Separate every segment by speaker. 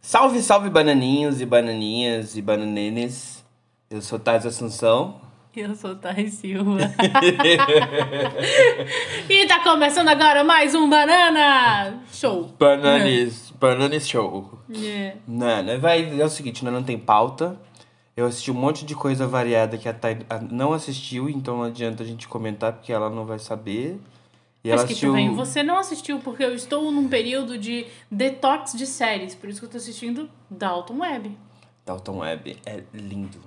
Speaker 1: Salve, salve, bananinhos e bananinhas e bananenes. Eu sou Thais Assunção.
Speaker 2: Eu sou Thais Silva. e tá começando agora mais um Banana Show.
Speaker 1: Bananes, bananes show.
Speaker 2: Yeah.
Speaker 1: Nana, vai, é o seguinte, Nana não tem pauta. Eu assisti um monte de coisa variada que a Thay a- não assistiu, então não adianta a gente comentar porque ela não vai saber. E
Speaker 2: Mas
Speaker 1: ela
Speaker 2: que
Speaker 1: assistiu. um
Speaker 2: também, você não assistiu porque eu estou num período de detox de séries, por isso que eu tô assistindo Dalton Web.
Speaker 1: Dalton Web é lindo.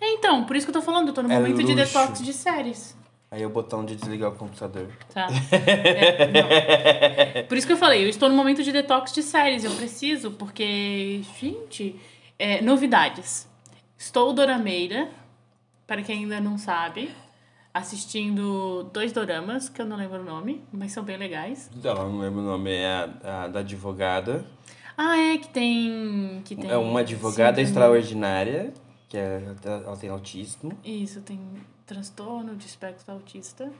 Speaker 2: Então, por isso que eu tô falando, eu tô no
Speaker 1: É
Speaker 2: momento de
Speaker 1: luxo.
Speaker 2: detox de séries.
Speaker 1: Aí o botão de desligar o computador.
Speaker 2: Tá. É, não. Por isso que eu falei, eu estou no momento de detox de séries, eu preciso, porque, gente, é, novidades. Estou dorameira, para quem ainda não sabe, assistindo dois doramas, que eu não lembro o nome, mas são bem legais.
Speaker 1: Ela não lembra o nome, é a, a da advogada.
Speaker 2: Ah, é, que tem... Que tem
Speaker 1: É uma advogada
Speaker 2: síndrome-
Speaker 1: extraordinária, que é, ela tem autismo.
Speaker 2: Isso, tem transtorno de espectro autista.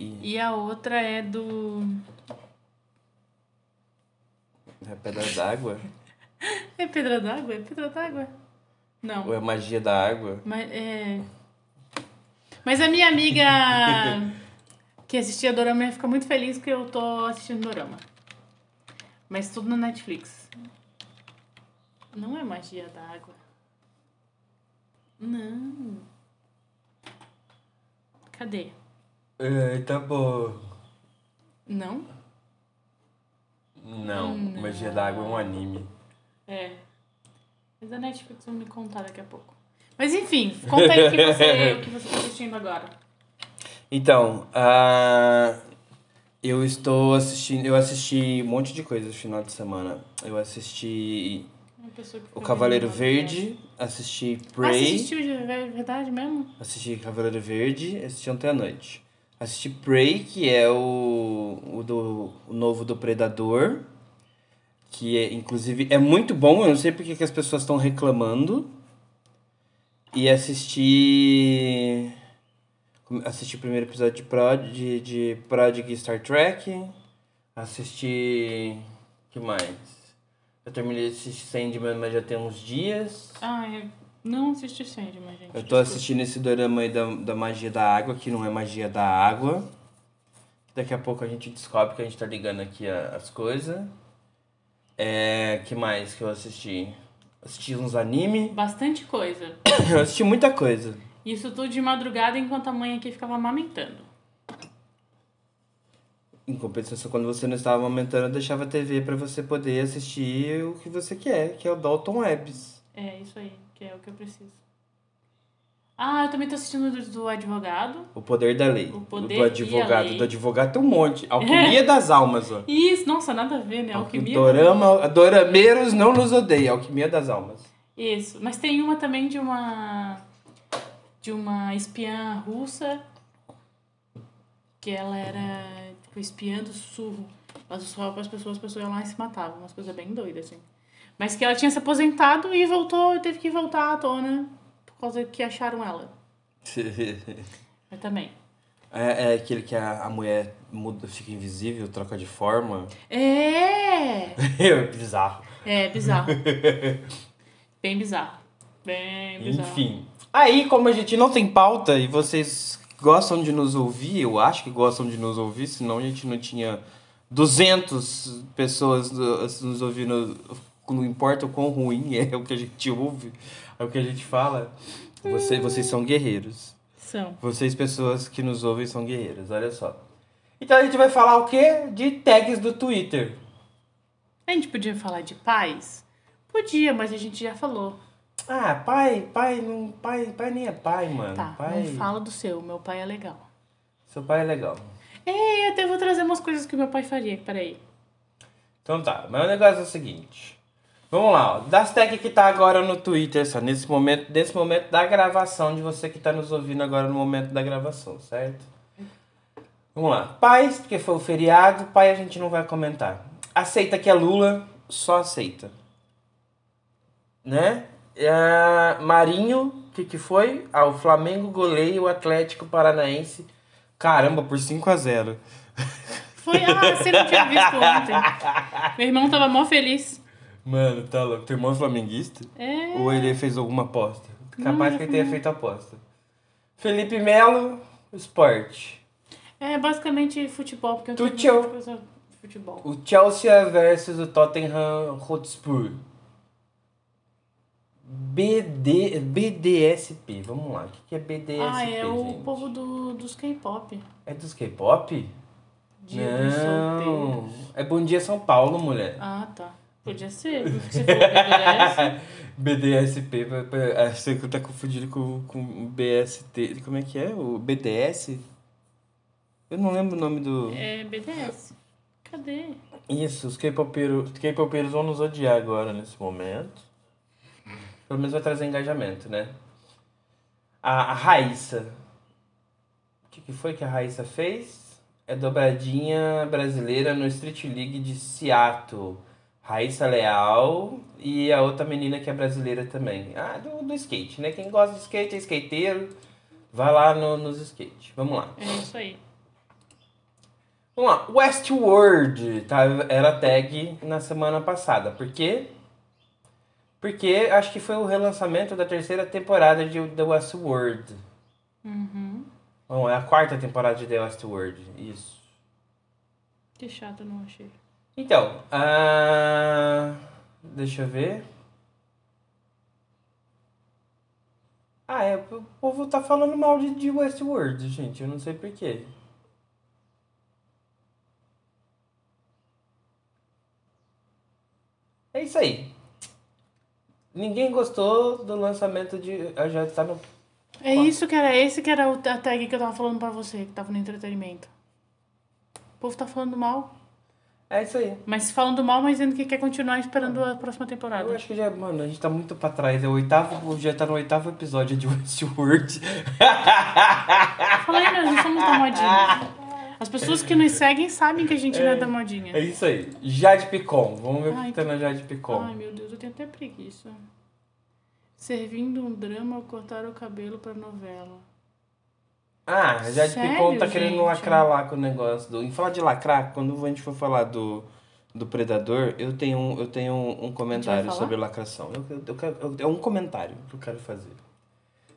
Speaker 1: E
Speaker 2: E a outra é do...
Speaker 1: é pedra d'água.
Speaker 2: É Pedra d'Água? É Pedra d'Água? Não.
Speaker 1: Ou é magia da água.
Speaker 2: Mas, é... Mas a minha amiga que assistia Dorama ia ficar muito feliz que eu tô assistindo Dorama. Mas tudo na Netflix. Não é magia da água. Não. Cadê?
Speaker 1: É, tá bom.
Speaker 2: Não?
Speaker 1: Não, magia da água é um anime.
Speaker 2: É. Mas a Netflix vai me contar daqui a pouco. Mas enfim, conta aí o que você, o que você tá assistindo agora.
Speaker 1: Então, ah, eu estou assistindo. Eu assisti um monte de coisa no final de semana. Eu assisti
Speaker 2: Uma pessoa que
Speaker 1: O
Speaker 2: ficou
Speaker 1: Cavaleiro
Speaker 2: vendo-
Speaker 1: Verde, né? assisti
Speaker 2: Ah, você
Speaker 1: Prey.
Speaker 2: assistiu de verdade mesmo?
Speaker 1: Assisti Cavaleiro Verde, assisti ontem à noite. Assisti Prey, que é o, o, do, o novo do Predador. Que é, inclusive, é muito bom, eu não sei porque que as pessoas estão reclamando. E assisti. Assisti o primeiro episódio de, Prod, de, de Prodigy Star Trek. Assisti. que mais? Eu terminei de assistir Sandman, mas já tem uns dias.
Speaker 2: Ah, eu não assisti Sandman, gente.
Speaker 1: Eu tô assistindo esse dorama aí da, da magia da água, que não é magia da água. Daqui a pouco a gente descobre que a gente tá ligando aqui a- as coisas. É. que mais que eu assisti? Assisti uns anime.
Speaker 2: Bastante coisa.
Speaker 1: Eu assisti muita coisa.
Speaker 2: Isso tudo de madrugada enquanto a mãe aqui ficava amamentando.
Speaker 1: Em compensação, quando você não estava amamentando, eu deixava a TV pra você poder assistir o que você quer, que é o Dalton Webs.
Speaker 2: É isso aí, que é o que eu preciso. Ah, eu também tô assistindo do, do advogado.
Speaker 1: O poder da lei.
Speaker 2: O Poder
Speaker 1: do
Speaker 2: e a
Speaker 1: advogado.
Speaker 2: Lei.
Speaker 1: Do advogado tem um monte. Alquimia das almas, ó.
Speaker 2: Isso, nossa, nada a ver, né? Alquimia.
Speaker 1: Dorama, dorameiros não nos odeia. Alquimia das almas.
Speaker 2: Isso. Mas tem uma também de uma. De uma espiã russa. Que ela era tipo, espiã do surro. Ela sussurrava pras pessoas, as pessoas iam lá e se matavam. Umas coisas bem doidas, assim. Mas que ela tinha se aposentado e voltou, teve que voltar à tona por causa que acharam ela. Mas também.
Speaker 1: É, é aquele que a, a mulher muda, fica invisível, troca de forma.
Speaker 2: É!
Speaker 1: É bizarro.
Speaker 2: É bizarro. Bem bizarro. Bem É bizarro.
Speaker 1: Enfim. Aí, como a gente não tem pauta e vocês gostam de nos ouvir, eu acho que gostam de nos ouvir, senão a gente não tinha 200 pessoas no- nos ouvindo. Não importa o quão ruim é o que a gente ouve, é o que a gente fala. Você, vocês são guerreiros.
Speaker 2: São.
Speaker 1: Vocês, pessoas que nos ouvem, são guerreiras, olha só. Então a gente vai falar o quê? De tags do Twitter.
Speaker 2: A gente podia falar de paz? Podia, mas a gente já falou.
Speaker 1: Ah, pai, pai, não, pai, pai nem é pai, mano.
Speaker 2: Tá,
Speaker 1: pai,
Speaker 2: não fala do seu, meu pai é legal.
Speaker 1: Seu pai é legal.
Speaker 2: E até vou trazer umas coisas que meu pai faria, peraí.
Speaker 1: Então tá, mas o negócio é o seguinte. Vamos lá, ó. das tags que tá agora no Twitter, só nesse momento, nesse momento da gravação de você que tá nos ouvindo agora no momento da gravação, certo? Vamos lá. Paz, porque foi o feriado, pai a gente não vai comentar. Aceita que é Lula, só aceita. Né? É, Ah, Marinho, o que que foi? Ah, o Flamengo goleia o Atlético Paranaense Caramba, por 5 a 0
Speaker 2: Foi, ah, você não tinha visto ontem. Meu irmão tava mó feliz.
Speaker 1: Mano, tá louco. Teu irmão é flamenguista?
Speaker 2: É.
Speaker 1: Ou ele fez alguma aposta?
Speaker 2: Não,
Speaker 1: Capaz
Speaker 2: já
Speaker 1: que ele
Speaker 2: foi
Speaker 1: tenha feito aposta. Felipe Melo, esporte.
Speaker 2: É basicamente futebol, porque eu tenho
Speaker 1: Tuchel.
Speaker 2: muita coisa de futebol.
Speaker 1: O Chelsea versus o Tottenham Hotspur. BD, BDSP, vamos lá. O que que é BDSP,
Speaker 2: Ah, é o
Speaker 1: gente?
Speaker 2: povo do, dos K-pop.
Speaker 1: É dos K-pop?
Speaker 2: Dia dos
Speaker 1: Não.
Speaker 2: solteiros.
Speaker 1: É Bom Dia São Paulo, mulher.
Speaker 2: Ah, tá. Podia ser. Você falou BBS.
Speaker 1: BDSP, pra- pra- acho que você tá confundindo com, com o BST. Como é que é? O BDS? Eu não lembro o nome do.
Speaker 2: É BDS. Cadê?
Speaker 1: Isso, os K-popeiros os K-popeiros vão nos odiar agora nesse momento. Pelo menos vai trazer engajamento, né? A, a Raíssa. O que, que foi que a Raíssa fez? É dobradinha brasileira no Street League de Seattle. Raíssa Leal e a outra menina que é brasileira também. Ah, do, do skate, né? Quem gosta de skate é skateiro. Vai lá no, nos skate. Vamos lá.
Speaker 2: É isso aí.
Speaker 1: Vamos lá, Westworld tá, era a tag na semana passada. Por quê? Porque acho que foi o relançamento da terceira temporada de The Westworld.
Speaker 2: Uhum.
Speaker 1: Bom, é a quarta temporada de The Westworld, isso.
Speaker 2: Que chato, não achei.
Speaker 1: Então, ah, deixa eu ver. Ah, é, o povo tá falando mal de, de Westworld, gente, eu não sei porquê. É isso aí. Ninguém gostou do lançamento de. ah, Já tá no.
Speaker 2: É
Speaker 1: Qual?
Speaker 2: isso que era, esse que era o- a tag que eu tava falando pra você, que tava no entretenimento. O povo tá falando mal,
Speaker 1: É isso aí.
Speaker 2: mas falando mal, mas dizendo que quer continuar esperando a próxima temporada.
Speaker 1: Eu acho que já, mano, a gente tá muito pra trás. É o oitavo, já tá no oitavo episódio de Westworld.
Speaker 2: Falei, nós não somos da modinha. As pessoas que nos seguem sabem que a gente não é da modinha.
Speaker 1: É isso aí. Jade Picon. Vamos ver o
Speaker 2: Ai,
Speaker 1: que tá na Jade Picon.
Speaker 2: Ai, meu Deus, eu tenho até preguiça. Servindo um drama, cortar o cabelo pra novela.
Speaker 1: Ah, a Jade
Speaker 2: Sério,
Speaker 1: Picon tá querendo
Speaker 2: gente?
Speaker 1: lacrar lá com o negócio do. Em falar de lacrar, quando a gente for falar do, do Predador, eu tenho, um- eu tenho um um comentário
Speaker 2: falar?
Speaker 1: sobre lacração. Eu, eu, eu quero- eu- é um comentário que eu quero fazer.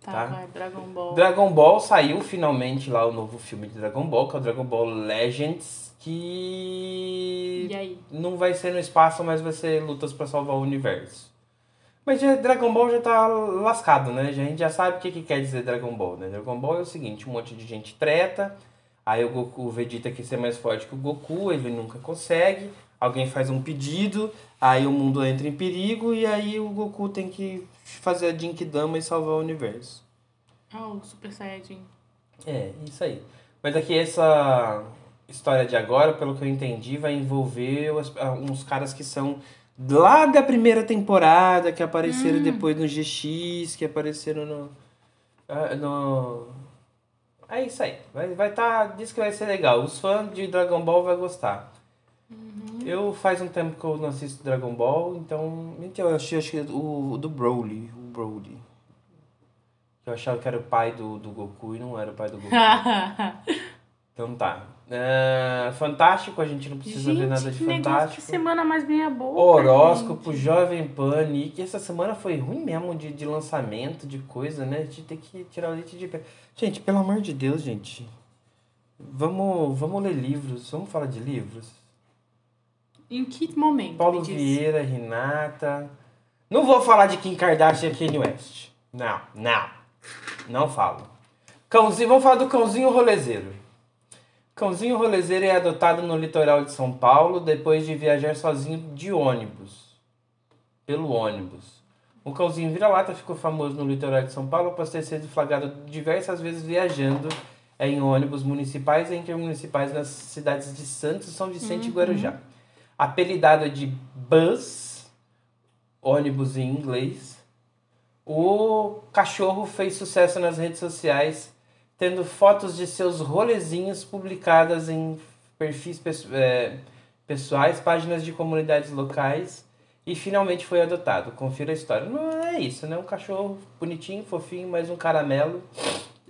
Speaker 2: Tá,
Speaker 1: Tá.
Speaker 2: vai, Dragon Ball.
Speaker 1: Dragon Ball saiu finalmente lá o novo filme de Dragon Ball, que é o Dragon Ball Legends, que.
Speaker 2: E aí?
Speaker 1: Não vai ser no espaço, mas vai ser lutas pra salvar o universo. Mas já, Dragon Ball já tá lascado, né? Já- A gente já sabe o que, que quer dizer Dragon Ball, né? Dragon Ball é o seguinte, um monte de gente treta, aí o, Goku, o Vegeta quer ser mais forte que o Goku, ele nunca consegue, alguém faz um pedido, aí o mundo entra em perigo, e aí o Goku tem que fazer a Jinkidama e salvar o universo.
Speaker 2: Ah, o Super Saiyajin.
Speaker 1: É, isso aí. Mas aqui essa história de agora, pelo que eu entendi, vai envolver os- ah, uns caras que são lá da primeira temporada, que apareceram depois no GX, que apareceram no. ah, no... É isso aí. Vai, vai tá, diz que vai ser legal. Os fãs de Dragon Ball vão gostar. Eu faz um tempo que eu não assisto Dragon Ball, então. Então, eu achei, achei o, o do Broly. O Broly. Eu achava que era o pai do, do Goku e não era o pai do Goku. Então tá. Ah, fantástico, a gente não precisa ver nada de
Speaker 2: que negócio, que
Speaker 1: fantástico.
Speaker 2: semana mais meia boca.
Speaker 1: Horóscopo, Jovem Pan, Nick. Essa semana foi ruim mesmo de, de lançamento, de coisa, né? A gente tem que tirar o leite de pé. Gente, pelo amor de Deus, gente. Vamos, vamos ler livros. Vamos falar de livros?
Speaker 2: gente. Em que momento?
Speaker 1: Paulo
Speaker 2: me diz?
Speaker 1: Vieira, Renata. Não vou falar de Kim Kardashian e Kanye West. Não, não. Não falo. Cãozinho, vamos falar do cãozinho rolezeiro. Cãozinho rolezeiro é adotado no litoral de São Paulo depois de viajar sozinho de ônibus. Pelo ônibus. O cãozinho vira-lata ficou famoso no litoral de São Paulo após ter sido flagrado diversas vezes viajando em ônibus municipais e intermunicipais nas cidades de Santos, São Vicente
Speaker 2: Uhum.
Speaker 1: e Guarujá. Apelidado de Buzz, ônibus em inglês, o cachorro fez sucesso nas redes sociais, tendo fotos de seus rolezinhos publicadas em perfis pesso- eh, pessoais, páginas de comunidades locais e finalmente foi adotado. Confira a história. Não é isso, né? Um cachorro bonitinho, fofinho, mais um caramelo.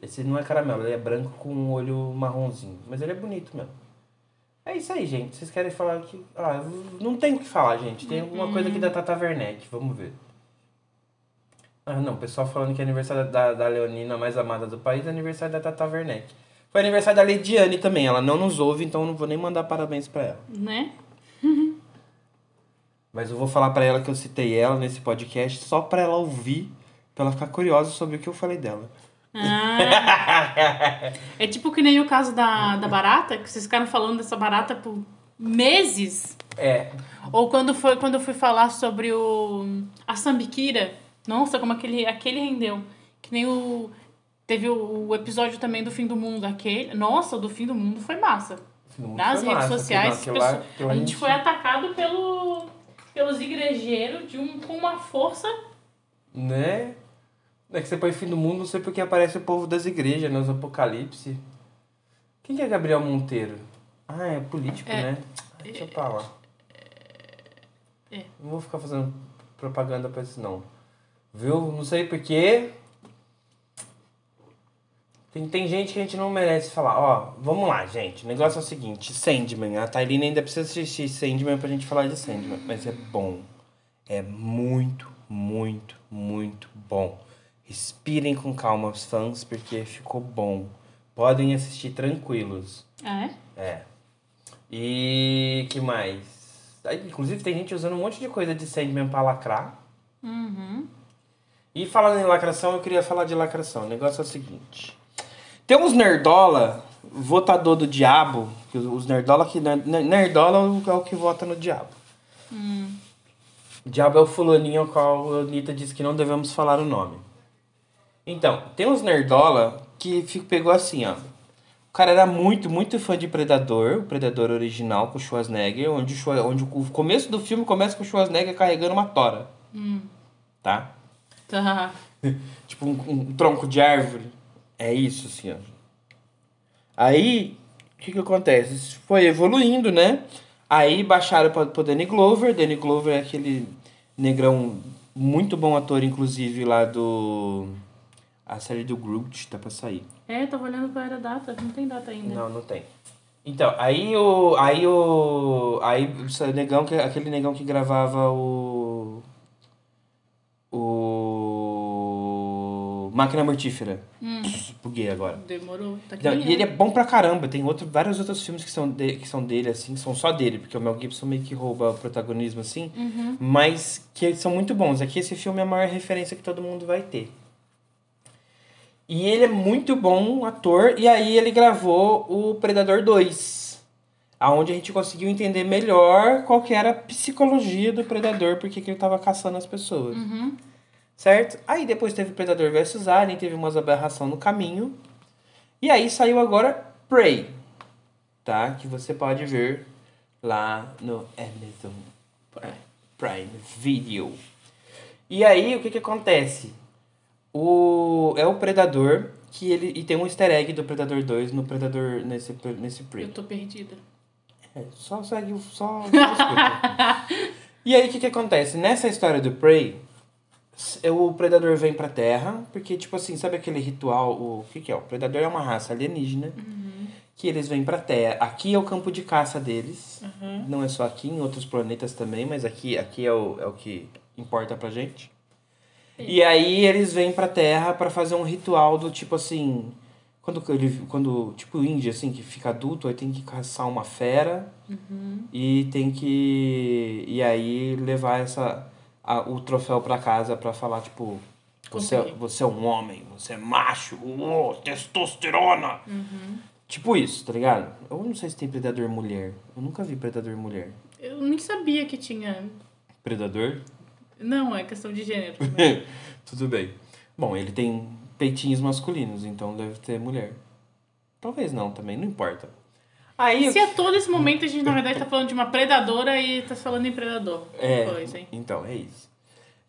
Speaker 1: Esse não é caramelo, ele é branco com um olho marronzinho. Mas ele é bonito mesmo. É isso aí, gente. Vocês querem falar que. Ah, eu não tem o que falar, gente. Tem alguma coisa aqui da Tata Werneck. Vamos ver. Ah, não. O pessoal falando que é aniversário da, da Leonina mais amada do país é aniversário da Tata Werneck. Foi aniversário da Lidiane também. Ela não nos ouve, então eu não vou nem mandar parabéns pra ela.
Speaker 2: Né?
Speaker 1: Mas eu vou falar pra ela que eu citei ela nesse podcast só pra ela ouvir, pra ela ficar curiosa sobre o que eu falei dela.
Speaker 2: Ah, é tipo que nem o caso da, da barata, que vocês ficaram falando dessa barata por meses.
Speaker 1: É.
Speaker 2: Ou quando, foi, quando eu fui falar sobre o a sambiquira. Nossa, como aquele, aquele rendeu. Que nem o... Teve o, o episódio também do fim do mundo. Aquele, nossa, o do fim do mundo foi massa. Nas redes sociais, pessoa- a gente foi atacado pelo, pelos igrejeiros de um, com uma força.
Speaker 1: Né? É que você põe fim do mundo, não sei porque aparece o povo das igrejas, né? Os apocalipse. Quem que é Gabriel Monteiro? Ah, é político,
Speaker 2: É.
Speaker 1: né? Ah, Deixa eu falar.
Speaker 2: É.
Speaker 1: Não vou ficar fazendo propaganda pra isso, não. Viu? Não sei porquê. Tem, tem gente que a gente não merece falar. Ó, vamos lá, gente. O negócio é o seguinte: Sandman. A Tailina ainda precisa assistir Sandman pra gente falar de Sandman. Mas é bom. É muito, muito, muito bom. Respirem com calma, os fãs, porque ficou bom. Podem assistir tranquilos.
Speaker 2: Ah, é?
Speaker 1: É. E que mais? Aí, inclusive tem gente usando um monte de coisa de Sandman pra lacrar.
Speaker 2: Uhum.
Speaker 1: E falando em lacração, eu queria falar de lacração. O negócio é o seguinte. Tem uns nerdola, votador do diabo, que os- os nerdola que... ner- Nerdola é o- é o que vota no diabo. Diabo é o fulaninho ao qual a Anitta disse que não devemos falar o nome. Então, tem uns nerdola que fi- pegou assim, ó. O cara era muito, muito fã de Predador, o Predador original com o Schwarzenegger, onde o, Schwar- onde o começo do filme começa com o Schwarzenegger carregando uma tora. Tá?
Speaker 2: Tá.
Speaker 1: tipo um, um tronco de árvore. É isso, assim, ó. Aí, o que que acontece? Isso foi evoluindo, né? Aí baixaram pra, pro Danny Glover. Danny Glover é aquele negrão muito bom ator, inclusive, lá do... A série do Groot tá pra sair.
Speaker 2: É, eu tava olhando qual era a data. Não tem data ainda.
Speaker 1: Não, não tem. Então, aí o. Aí o. Aí o negão que, aquele negão que gravava o. O. Máquina Mortífera.
Speaker 2: Hum.
Speaker 1: Buguei agora.
Speaker 2: Demorou. Tá aqui
Speaker 1: Então,
Speaker 2: olhando.
Speaker 1: e ele é bom pra caramba. Tem outro, vários outros filmes que são, de- que são dele, assim, que são só dele, porque o Mel Gibson meio que rouba o protagonismo, assim.
Speaker 2: Uhum.
Speaker 1: Mas que são muito bons. Aqui esse filme é a maior referência que todo mundo vai ter. E ele é muito bom ator, e aí ele gravou o Predador 2. Aonde a gente conseguiu entender melhor qual que era a psicologia do Predador, porque que ele tava caçando as pessoas.
Speaker 2: Uhum.
Speaker 1: Certo? Aí depois teve Predador vs Alien, teve umas aberração no caminho. E aí saiu agora Prey, tá? Que você pode ver lá no Amazon Prime Video. E aí o que que acontece? O é o Predador que ele e tem um easter egg do Predador 2 no Predador nesse nesse Prey.
Speaker 2: Eu tô perdida.
Speaker 1: É, só segue o. Só. e aí, o que, que acontece? Nessa história do Prey, s- o predador vem pra Terra, porque, tipo assim, sabe aquele ritual? O que, que é? O predador é uma raça alienígena que eles vêm pra Terra. Aqui é o campo de caça deles. Não é só aqui, em outros planetas também, mas aqui, aqui é, o, é o que importa pra gente. E aí eles vêm pra Terra pra fazer um ritual do tipo assim. Quando, que ele, quando tipo índia, assim, que fica adulto, aí tem que caçar uma fera e tem que. E aí levar essa, a- o troféu pra casa pra falar, tipo. Você, é-
Speaker 2: Consegui.
Speaker 1: você é um homem, você é macho, uou, testosterona. Tipo isso, tá ligado? Eu não sei se tem predador mulher. Eu nunca vi predador mulher.
Speaker 2: Eu nem sabia que tinha.
Speaker 1: Predador?
Speaker 2: Não, é questão de gênero.
Speaker 1: Tudo bem. Bom, ele tem peitinhos masculinos, então deve ter mulher. Talvez não também, não importa. Aí.
Speaker 2: Se a todo esse momento a gente, na verdade, tá falando de uma predadora e tá falando em predador.
Speaker 1: É,
Speaker 2: Pois, hein?
Speaker 1: então, é isso.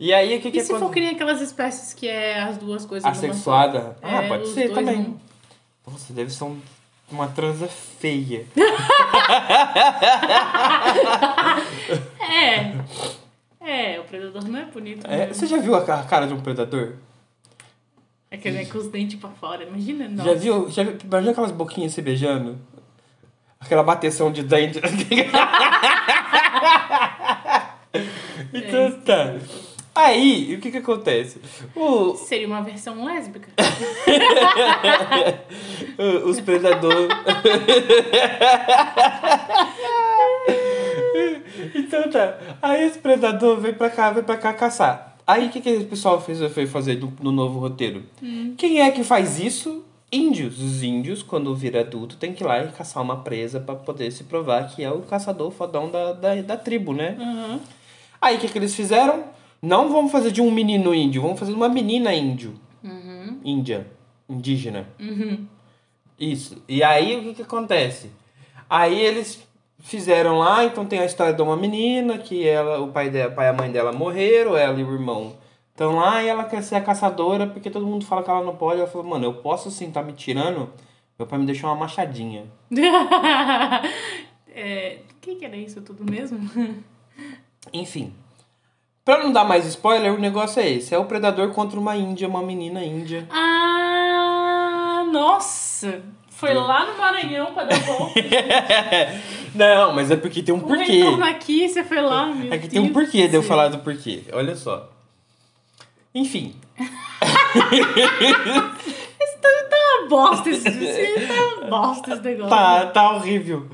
Speaker 1: E aí, o que que
Speaker 2: E se for
Speaker 1: acontece?
Speaker 2: que nem aquelas espécies que é as duas coisas
Speaker 1: Assexuada?
Speaker 2: numa só?
Speaker 1: Ah,
Speaker 2: É,
Speaker 1: pode
Speaker 2: os
Speaker 1: ser
Speaker 2: dois
Speaker 1: também.
Speaker 2: num-
Speaker 1: Nossa, deve ser um- uma transa feia.
Speaker 2: É. É, o predador não é bonito.
Speaker 1: É,
Speaker 2: né?
Speaker 1: você já viu a ca- a cara de um predador?
Speaker 2: É que ele é com os dentes pra fora, imagina, não.
Speaker 1: Já viu? Já viu? Imagina aquelas boquinhas se beijando. Aquela bateção de dente. então tá. Aí, o que que acontece? O,
Speaker 2: Seria uma versão lésbica.
Speaker 1: o- Uh, os predadores... então tá. Aí esse predador vem pra cá, vem pra cá caçar. Aí o que que o pessoal fez, foi fazer do- no novo roteiro? Quem é que faz isso? Índios. Os índios, quando vira adulto, tem que ir lá e caçar uma presa pra poder se provar que é o caçador fodão da, da, da tribo, né?
Speaker 2: Aham.
Speaker 1: Aí o que, que eles fizeram? Não vamos fazer de um menino índio, vamos fazer de uma menina índio. Índia. Indígena. Isso. E aí o que, que acontece? Aí eles fizeram lá, então tem a história de uma menina que ela, o pai dela, o pai e a mãe dela morreram, ela e o irmão estão lá e ela quer ser a caçadora porque todo mundo fala que ela não pode. Ela falou, mano, eu posso sim, tá me tirando? Meu pai me deixou uma machadinha.
Speaker 2: é, o que que era isso tudo mesmo?
Speaker 1: Enfim. Pra não dar mais spoiler, o negócio é esse. É o predador contra uma índia, uma menina índia.
Speaker 2: Ah, nossa! Foi lá no Maranhão pra dar volta.
Speaker 1: Não, mas é porque tem um
Speaker 2: Por
Speaker 1: porquê.
Speaker 2: que? aqui, você foi lá, meu
Speaker 1: É que tem um
Speaker 2: Deus
Speaker 1: porquê
Speaker 2: do
Speaker 1: de eu
Speaker 2: céu.
Speaker 1: falar do porquê. Olha só. Enfim.
Speaker 2: Tá uma bosta esse, esse- tá uma bosta esse negócio.
Speaker 1: Tá, tá horrível.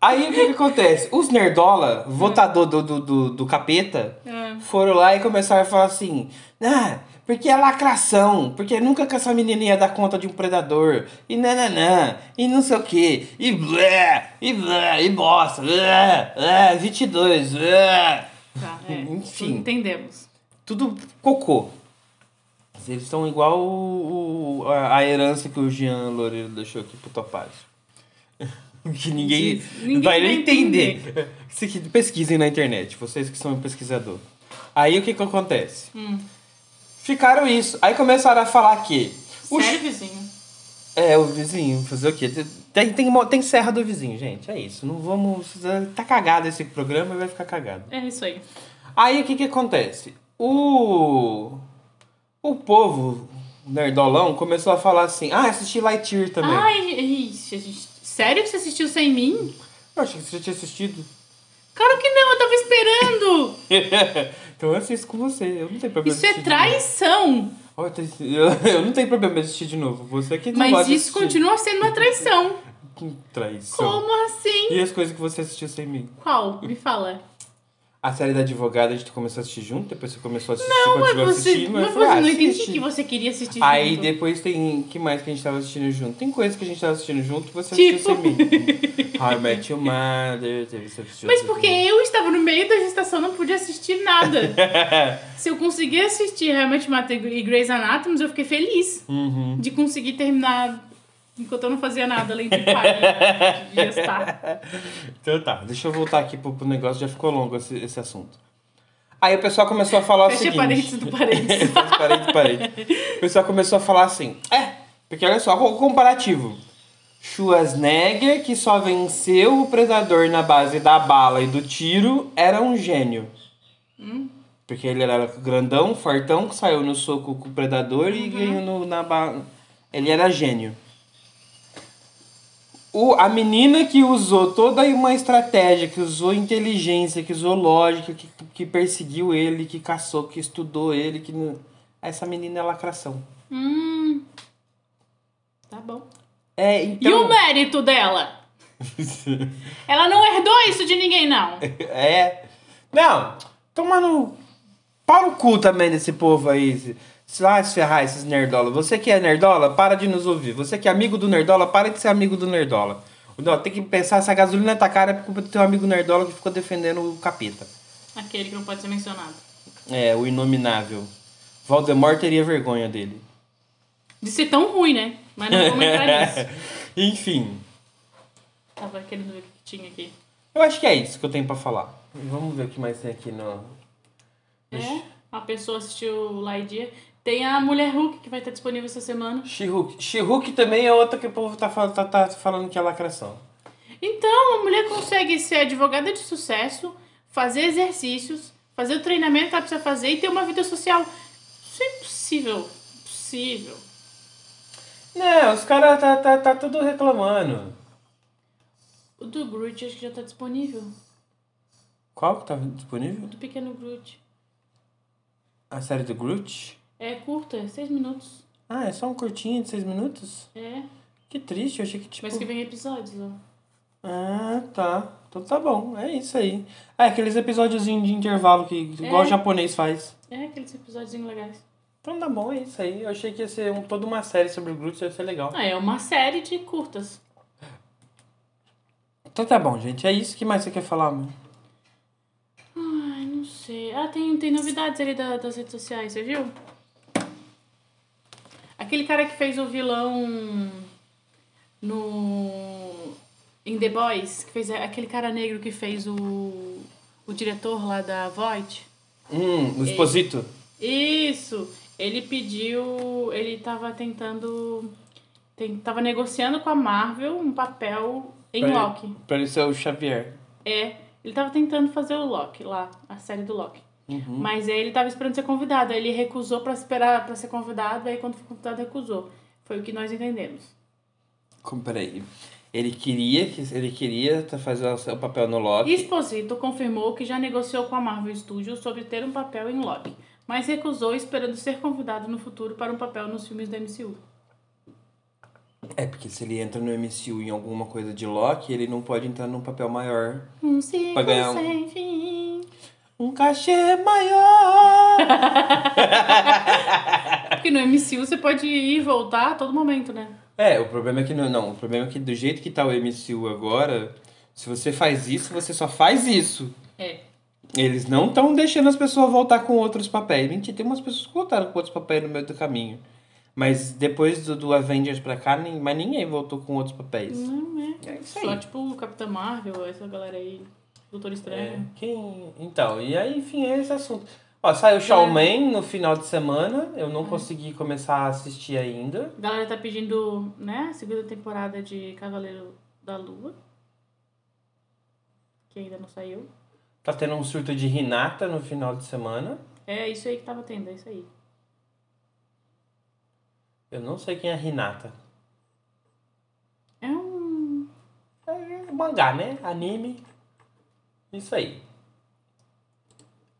Speaker 1: Aí o que, que acontece? Os nerdola, votador do, do, do, do capeta,
Speaker 2: É.
Speaker 1: foram lá e começaram a falar assim: Ah, porque é lacração, porque nunca que essa menina ia dar conta de um predador, e nananã, e não sei o que, e blé, e blé, e bosta, blé, blé, 22, blé.
Speaker 2: Tá, é.
Speaker 1: Enfim.
Speaker 2: Entendemos.
Speaker 1: tudo cocô. Eles são igual o, o- a, a herança que o Jean Loureiro deixou aqui pro Topazio. Que ninguém,
Speaker 2: Diz- ninguém
Speaker 1: vai
Speaker 2: vai
Speaker 1: nem entender. Se que- Pesquisem na internet, vocês que são pesquisador. Aí o que que acontece?
Speaker 2: Hum.
Speaker 1: Ficaram isso. Aí começaram a falar que... o
Speaker 2: Sério, vizinho?
Speaker 1: é, o vizinho, fazer o quê? Tem, tem, mo- tem serra do vizinho, gente. É isso. Não vamos. Tá cagado esse programa e vai ficar cagado.
Speaker 2: É isso aí.
Speaker 1: Aí o que que acontece? O o povo nerdolão começou a falar assim: "Ah, assisti Lightyear também".
Speaker 2: Ai, ixi, a gente... Sério que você assistiu sem mim?
Speaker 1: Eu achei que você já tinha assistido.
Speaker 2: Claro que não, eu tava esperando!
Speaker 1: então eu assisto com você. Eu não tenho problema.
Speaker 2: Isso
Speaker 1: de
Speaker 2: é
Speaker 1: assistir de novo.
Speaker 2: traição!
Speaker 1: Ó, eu tenho- Eu, eu não tenho problema de assistir de novo. Você que não gosta
Speaker 2: Mas
Speaker 1: de
Speaker 2: isso
Speaker 1: assistir.
Speaker 2: continua sendo uma traição.
Speaker 1: Que traição.
Speaker 2: Como assim?
Speaker 1: E as coisas que você assistiu sem mim?
Speaker 2: Qual? Me fala.
Speaker 1: A série da advogada a gente começou a assistir junto, depois você começou a assistir, não,
Speaker 2: Mas
Speaker 1: continuou
Speaker 2: você,
Speaker 1: assistindo.
Speaker 2: mas
Speaker 1: eu falei,
Speaker 2: você não
Speaker 1: ah,
Speaker 2: entendi
Speaker 1: assiste.
Speaker 2: que você queria assistir
Speaker 1: Aí
Speaker 2: junto.
Speaker 1: depois tem. que mais que a gente tava assistindo junto? Tem coisa que a gente tava assistindo junto que você
Speaker 2: Tipo.
Speaker 1: assistiu sem mim. How I Met Your Mother, teve você assistiu.
Speaker 2: Mas
Speaker 1: sem
Speaker 2: porque
Speaker 1: mim.
Speaker 2: eu estava no meio da gestação, não podia assistir nada. Se eu conseguir assistir realmente Mata e Grey's Anatomy, eu fiquei feliz
Speaker 1: Uhum.
Speaker 2: de conseguir terminar enquanto eu não fazia nada além de parir, de
Speaker 1: É
Speaker 2: gestar.
Speaker 1: Então tá, deixa eu voltar aqui pro, pro negócio, já ficou longo esse, esse assunto. Aí o pessoal começou a falar o
Speaker 2: Fecha
Speaker 1: seguinte.
Speaker 2: parênteses do parênteses.
Speaker 1: Faz parede, parede. O pessoal começou a falar assim, é, porque olha só, o comparativo. Schwarzenegger, que só venceu o Predador na base da bala e do tiro, era um gênio. Porque ele era grandão, fortão, que saiu no soco com o Predador e ganhou no- na bala. Ele era gênio. O, a menina que usou toda uma estratégia, que usou inteligência, que usou lógica, que, que perseguiu ele, que caçou, que estudou ele, que. não- Essa menina é lacração.
Speaker 2: Hum. Tá bom.
Speaker 1: É,
Speaker 2: E o
Speaker 1: então.
Speaker 2: mérito dela? Ela não herdou isso de ninguém, não.
Speaker 1: é. Não, toma no. Para o cu também desse povo aí. se- Se lá se ferrar esses nerdola. Você que é nerdola, para de nos ouvir. Você que é amigo do nerdola, para de ser amigo do nerdola. Não, tem que pensar se a gasolina tá cara é por culpa do teu amigo nerdola que ficou defendendo o capeta.
Speaker 2: Aquele que não pode ser mencionado.
Speaker 1: É, o inominável. Voldemort teria vergonha dele.
Speaker 2: De ser tão ruim, né? Mas não vou entrar nisso.
Speaker 1: Enfim,
Speaker 2: Tava querendo ver o que tinha aqui.
Speaker 1: eu acho que é isso que eu tenho pra falar. Vamos ver o que mais tem aqui no.
Speaker 2: É, a pessoa assistiu o Lightyear. Tem a Mulher Hulk, que vai estar disponível essa semana.
Speaker 1: She-Hulk. She-Hulk também é outra que o povo tá, fal- tá, tá falando que é lacração.
Speaker 2: Então, a mulher consegue ser advogada de sucesso, fazer exercícios, fazer o treinamento que ela precisa fazer e ter uma vida social. Isso é impossível. possível.
Speaker 3: Não, os caras tá, tá, tá tudo reclamando.
Speaker 2: O do Groot acho que já tá disponível.
Speaker 1: Qual que tá disponível?
Speaker 2: O do pequeno Groot.
Speaker 1: A série do Groot?
Speaker 2: É curta, é seis minutos.
Speaker 1: Ah, é só um curtinho de seis minutos?
Speaker 2: É.
Speaker 1: Que triste, eu achei que tipo.
Speaker 2: Mas que vem episódios, ó.
Speaker 1: Ah, tá. Então tá bom, é isso aí. Ah, aqueles episódios de intervalo que igual o
Speaker 2: É.
Speaker 1: japonês faz.
Speaker 2: É aqueles episódios legais.
Speaker 1: Então tá bom, é isso aí. Eu achei que ia ser um, toda uma série sobre o Groot, isso ia ser legal.
Speaker 2: Ah, é uma série de curtas.
Speaker 1: Então tá bom, gente. É isso. O que mais você quer falar, mano?
Speaker 2: Ai, não sei. Ah, tem, tem novidades ali da- das redes sociais, você viu? Aquele cara que fez o vilão no. Em The Boys, que fez a- aquele cara negro que fez o. o diretor lá da Void.
Speaker 1: Hum, o Exposito.
Speaker 2: Isso! Ele pediu. Ele tava tentando. Tem, tava negociando com a Marvel um papel em
Speaker 1: Pra ele-
Speaker 2: Loki.
Speaker 1: Pra ele ser o Xavier.
Speaker 2: É, ele tava tentando fazer o Loki lá, a série do Loki.
Speaker 1: Uhum.
Speaker 2: Mas aí ele tava esperando ser convidado, aí ele recusou pra esperar pra ser convidado, aí quando foi convidado recusou. Foi o que nós entendemos.
Speaker 1: Como, peraí. Ele queria, que- ele queria tá- fazer o seu papel no Loki.
Speaker 2: Esposito confirmou que já negociou com a Marvel Studios sobre ter um papel em Loki, mas recusou esperando ser convidado no futuro para um papel nos filmes da MCU.
Speaker 1: É, porque se ele entra no MCU em alguma coisa de Loki, ele não pode entrar num papel maior.
Speaker 2: Um ciclo
Speaker 1: Pra ganhar um-
Speaker 2: sem fim.
Speaker 1: Um cachê maior!
Speaker 2: Porque no MCU você pode ir e voltar a todo momento, né?
Speaker 1: é, o problema é que não, não. O problema é que do jeito que tá o MCU agora, se você faz isso, você só faz isso.
Speaker 2: É.
Speaker 1: Eles não estão deixando as pessoas voltar com outros papéis. Mentira, tem umas pessoas que voltaram com outros papéis no meio do caminho. Mas depois do, do Avengers pra cá, nem, mas ninguém voltou com outros papéis.
Speaker 2: Não é.
Speaker 1: É isso
Speaker 2: Só
Speaker 1: aí.
Speaker 2: tipo o Capitão Marvel, essa galera aí, Doutor
Speaker 1: É,
Speaker 2: Estranho.
Speaker 1: quem... Então, e aí, enfim, é esse assunto. Ó, saiu Shawn Man no final de semana. Eu não consegui começar a assistir ainda.
Speaker 2: A galera tá pedindo, né, a segunda temporada de Cavaleiro da Lua. Que ainda não saiu.
Speaker 1: Tá tendo um surto de Renata no final de semana.
Speaker 2: É isso aí que tava tendo, é isso aí.
Speaker 1: Eu não sei quem é Renata.
Speaker 2: É um.
Speaker 1: É mangá, né? Anime. Isso aí.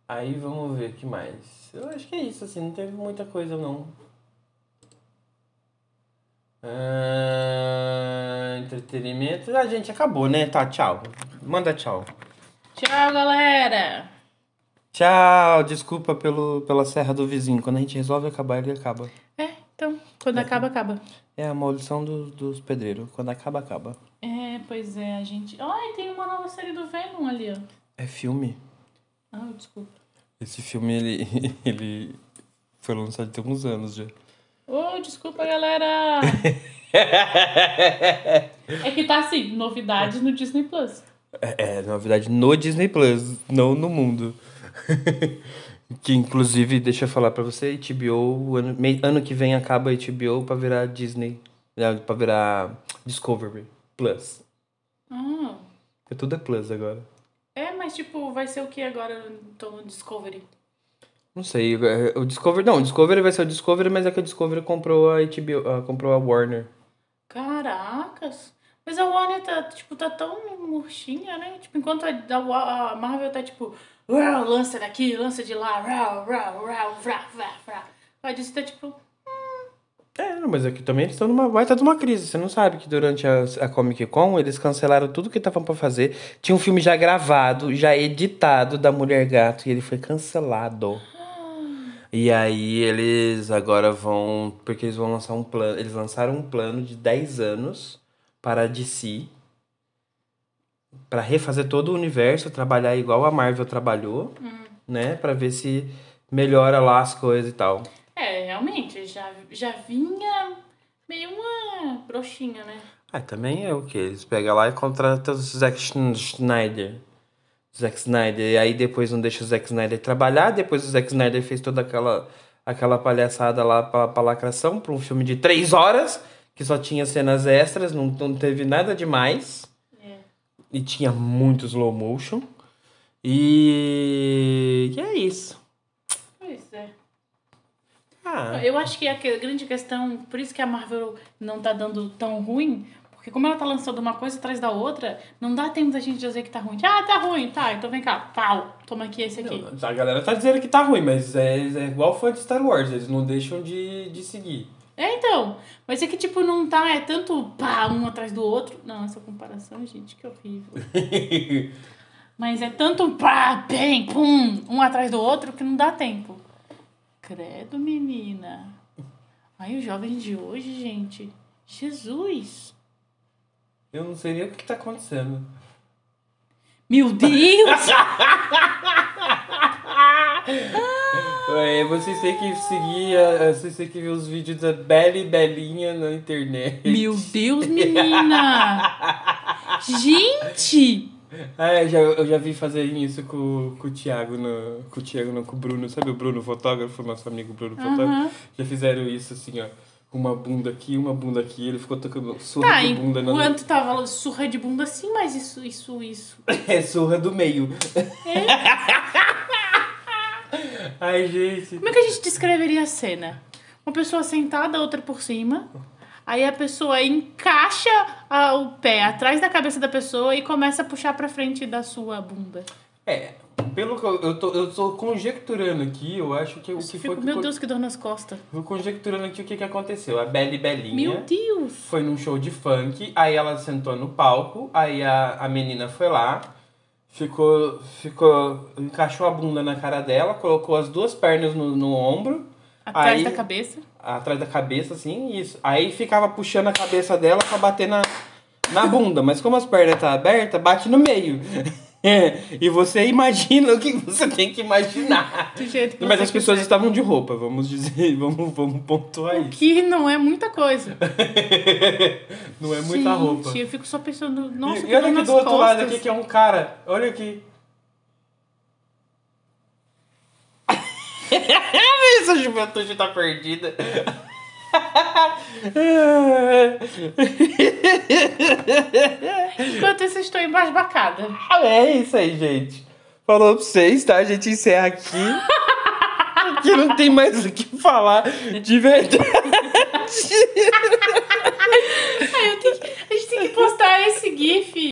Speaker 1: Aí vamos ver o que mais. Eu acho que é isso, assim, não teve muita coisa não. Ah, entretenimento. A gente acabou, né? Tá, tchau. Manda tchau.
Speaker 2: Tchau, galera!
Speaker 1: Tchau, desculpa pelo, pela serra do vizinho. Quando a gente resolve acabar, ele acaba.
Speaker 2: É, então, quando acaba, acaba.
Speaker 1: É a maldição do- dos pedreiros. Quando acaba, acaba.
Speaker 2: É, pois é, a gente. Ai, tem uma nova série do Venom ali, ó.
Speaker 1: É filme?
Speaker 2: Ah, desculpa.
Speaker 1: Esse filme, ele, ele foi lançado tem uns anos já.
Speaker 2: Ô, desculpa, galera! é que tá assim, novidades no Disney Plus.
Speaker 1: É, é, novidade no Disney Plus, não no mundo. que inclusive, deixa eu falar pra você, HBO, o ano, mei- ano que vem acaba a HBO pra virar Disney, né, pra virar Discovery Plus.
Speaker 2: Ah,
Speaker 1: Porque tudo é Plus agora.
Speaker 2: é, mas tipo, vai ser o que agora? Tô no Discovery.
Speaker 1: Não sei, é, o Discovery, não, o Discovery vai ser o Discovery, mas é que o Discovery comprou a HBO, ah, comprou a Warner.
Speaker 2: Caracas! Mas a Warner tá, tipo, tá tão murchinha, né? Tipo, enquanto a, da Wa- a Marvel tá tipo, "Uau, lança daqui, lança de lá, rau, rau, rau, vrá, vrá, vrá. A Disney tá tipo,
Speaker 1: É, não, mas aqui também eles estão numa baita de uma crise. Você não sabe que durante a, a Comic Con eles cancelaram tudo que estavam pra fazer. Tinha um filme já gravado, já editado da Mulher Gato e ele foi cancelado. E aí eles agora vão. Porque eles vão lançar um plano. Eles lançaram um plano de 10 anos para a DC. Pra refazer todo o universo, trabalhar igual a Marvel trabalhou, né? Pra ver se melhora lá as coisas e tal.
Speaker 2: é, realmente, já, já vinha meio uma broxinha, né?
Speaker 1: Ah, também é o que? Eles pegam lá e contratam o Zack Schn- Snyder. Zack Snyder. E aí depois não deixa o Zack Snyder trabalhar. Depois o Zack Snyder fez toda aquela, aquela palhaçada lá pra, pra lacração, pra um filme de três horas, que só tinha cenas extras, não, não teve nada demais.
Speaker 2: É.
Speaker 1: E tinha muito slow motion. E, e é isso.
Speaker 2: Pois é.
Speaker 1: Ah,
Speaker 2: Eu acho que a que- grande questão, por isso que a Marvel não tá dando tão ruim, porque como ela tá lançando uma coisa atrás da outra, não dá tempo da gente dizer que tá ruim. Ah, tá ruim, tá, então vem cá, pau, toma aqui esse aqui.
Speaker 1: não, a galera tá dizendo que tá ruim, mas é, é igual fã de Star Wars, eles não deixam de, de seguir.
Speaker 2: É, então, mas é que tipo, não tá, é tanto pá, um atrás do outro. Não, essa comparação, gente, que horrível. Mas é tanto pá, bem, pum, um atrás do outro que não dá tempo. Credo, menina. Ai, os jovens de hoje, gente. Jesus.
Speaker 1: Eu não sei nem o que, que tá acontecendo.
Speaker 2: Meu Deus!
Speaker 1: É, vocês têm que seguir, a- a- vocês têm que ver os vídeos da Bela e Belinha na internet.
Speaker 2: Meu Deus, menina! Gente!
Speaker 1: Ah, eu já, eu já vi fazer isso com, com o Thiago, no, com o Thiago não, com o Bruno. Sabe o Bruno, fotógrafo, nosso amigo Bruno, fotógrafo?
Speaker 2: Aham.
Speaker 1: Já fizeram isso assim, ó. Uma bunda aqui, uma bunda aqui. Ele ficou tocando surra
Speaker 2: Tá,
Speaker 1: de bunda. né? Na...
Speaker 2: enquanto tava surra de bunda assim, mas isso, isso, isso.
Speaker 1: É surra do meio.
Speaker 2: É.
Speaker 1: Ai, gente.
Speaker 2: Como é que a gente descreveria a cena? Uma pessoa sentada, outra por cima. Aí a pessoa encaixa ah, o pé atrás da cabeça da pessoa e começa a puxar pra frente da sua bunda.
Speaker 1: É, pelo que eu, eu, tô, eu tô conjecturando aqui, eu acho que é o que
Speaker 2: Eu
Speaker 1: foi
Speaker 2: fico,
Speaker 1: que
Speaker 2: meu
Speaker 1: acon-
Speaker 2: Deus, que dor nas costas.
Speaker 1: Vou conjecturando aqui o que, que aconteceu. A Belle Belinha
Speaker 2: Meu Deus!
Speaker 1: foi num show de funk, aí ela sentou no palco, aí a, a menina foi lá, ficou, ficou. encaixou a bunda na cara dela, colocou as duas pernas no, no ombro,
Speaker 2: Atrás
Speaker 1: Aí-
Speaker 2: da cabeça.
Speaker 1: atrás da cabeça, assim, isso. Aí ficava puxando a cabeça dela pra bater na, na bunda, mas como as pernas tá abertas, bate no meio. e você imagina o que você tem que imaginar.
Speaker 2: Do jeito que
Speaker 1: Mas
Speaker 2: você
Speaker 1: as pessoas
Speaker 2: quiser.
Speaker 1: estavam de roupa, vamos dizer, vamos, vamos pontuar
Speaker 2: O
Speaker 1: isso.
Speaker 2: que não é muita coisa.
Speaker 1: Não é muita
Speaker 2: Gente,
Speaker 1: roupa.
Speaker 2: eu fico só pensando,
Speaker 1: E-
Speaker 2: nossa,
Speaker 1: e olha aqui
Speaker 2: nas
Speaker 1: do outro lado
Speaker 2: costas.
Speaker 1: aqui que é um cara. Olha aqui. Essa juventude tá perdida.
Speaker 2: Enquanto isso, eu estou embasbacada.
Speaker 1: é isso aí, gente. Falou pra vocês, tá? A gente encerra aqui. Porque não tem mais o que falar de verdade.
Speaker 2: Ai, eu tenho que- a gente tem que postar esse GIF.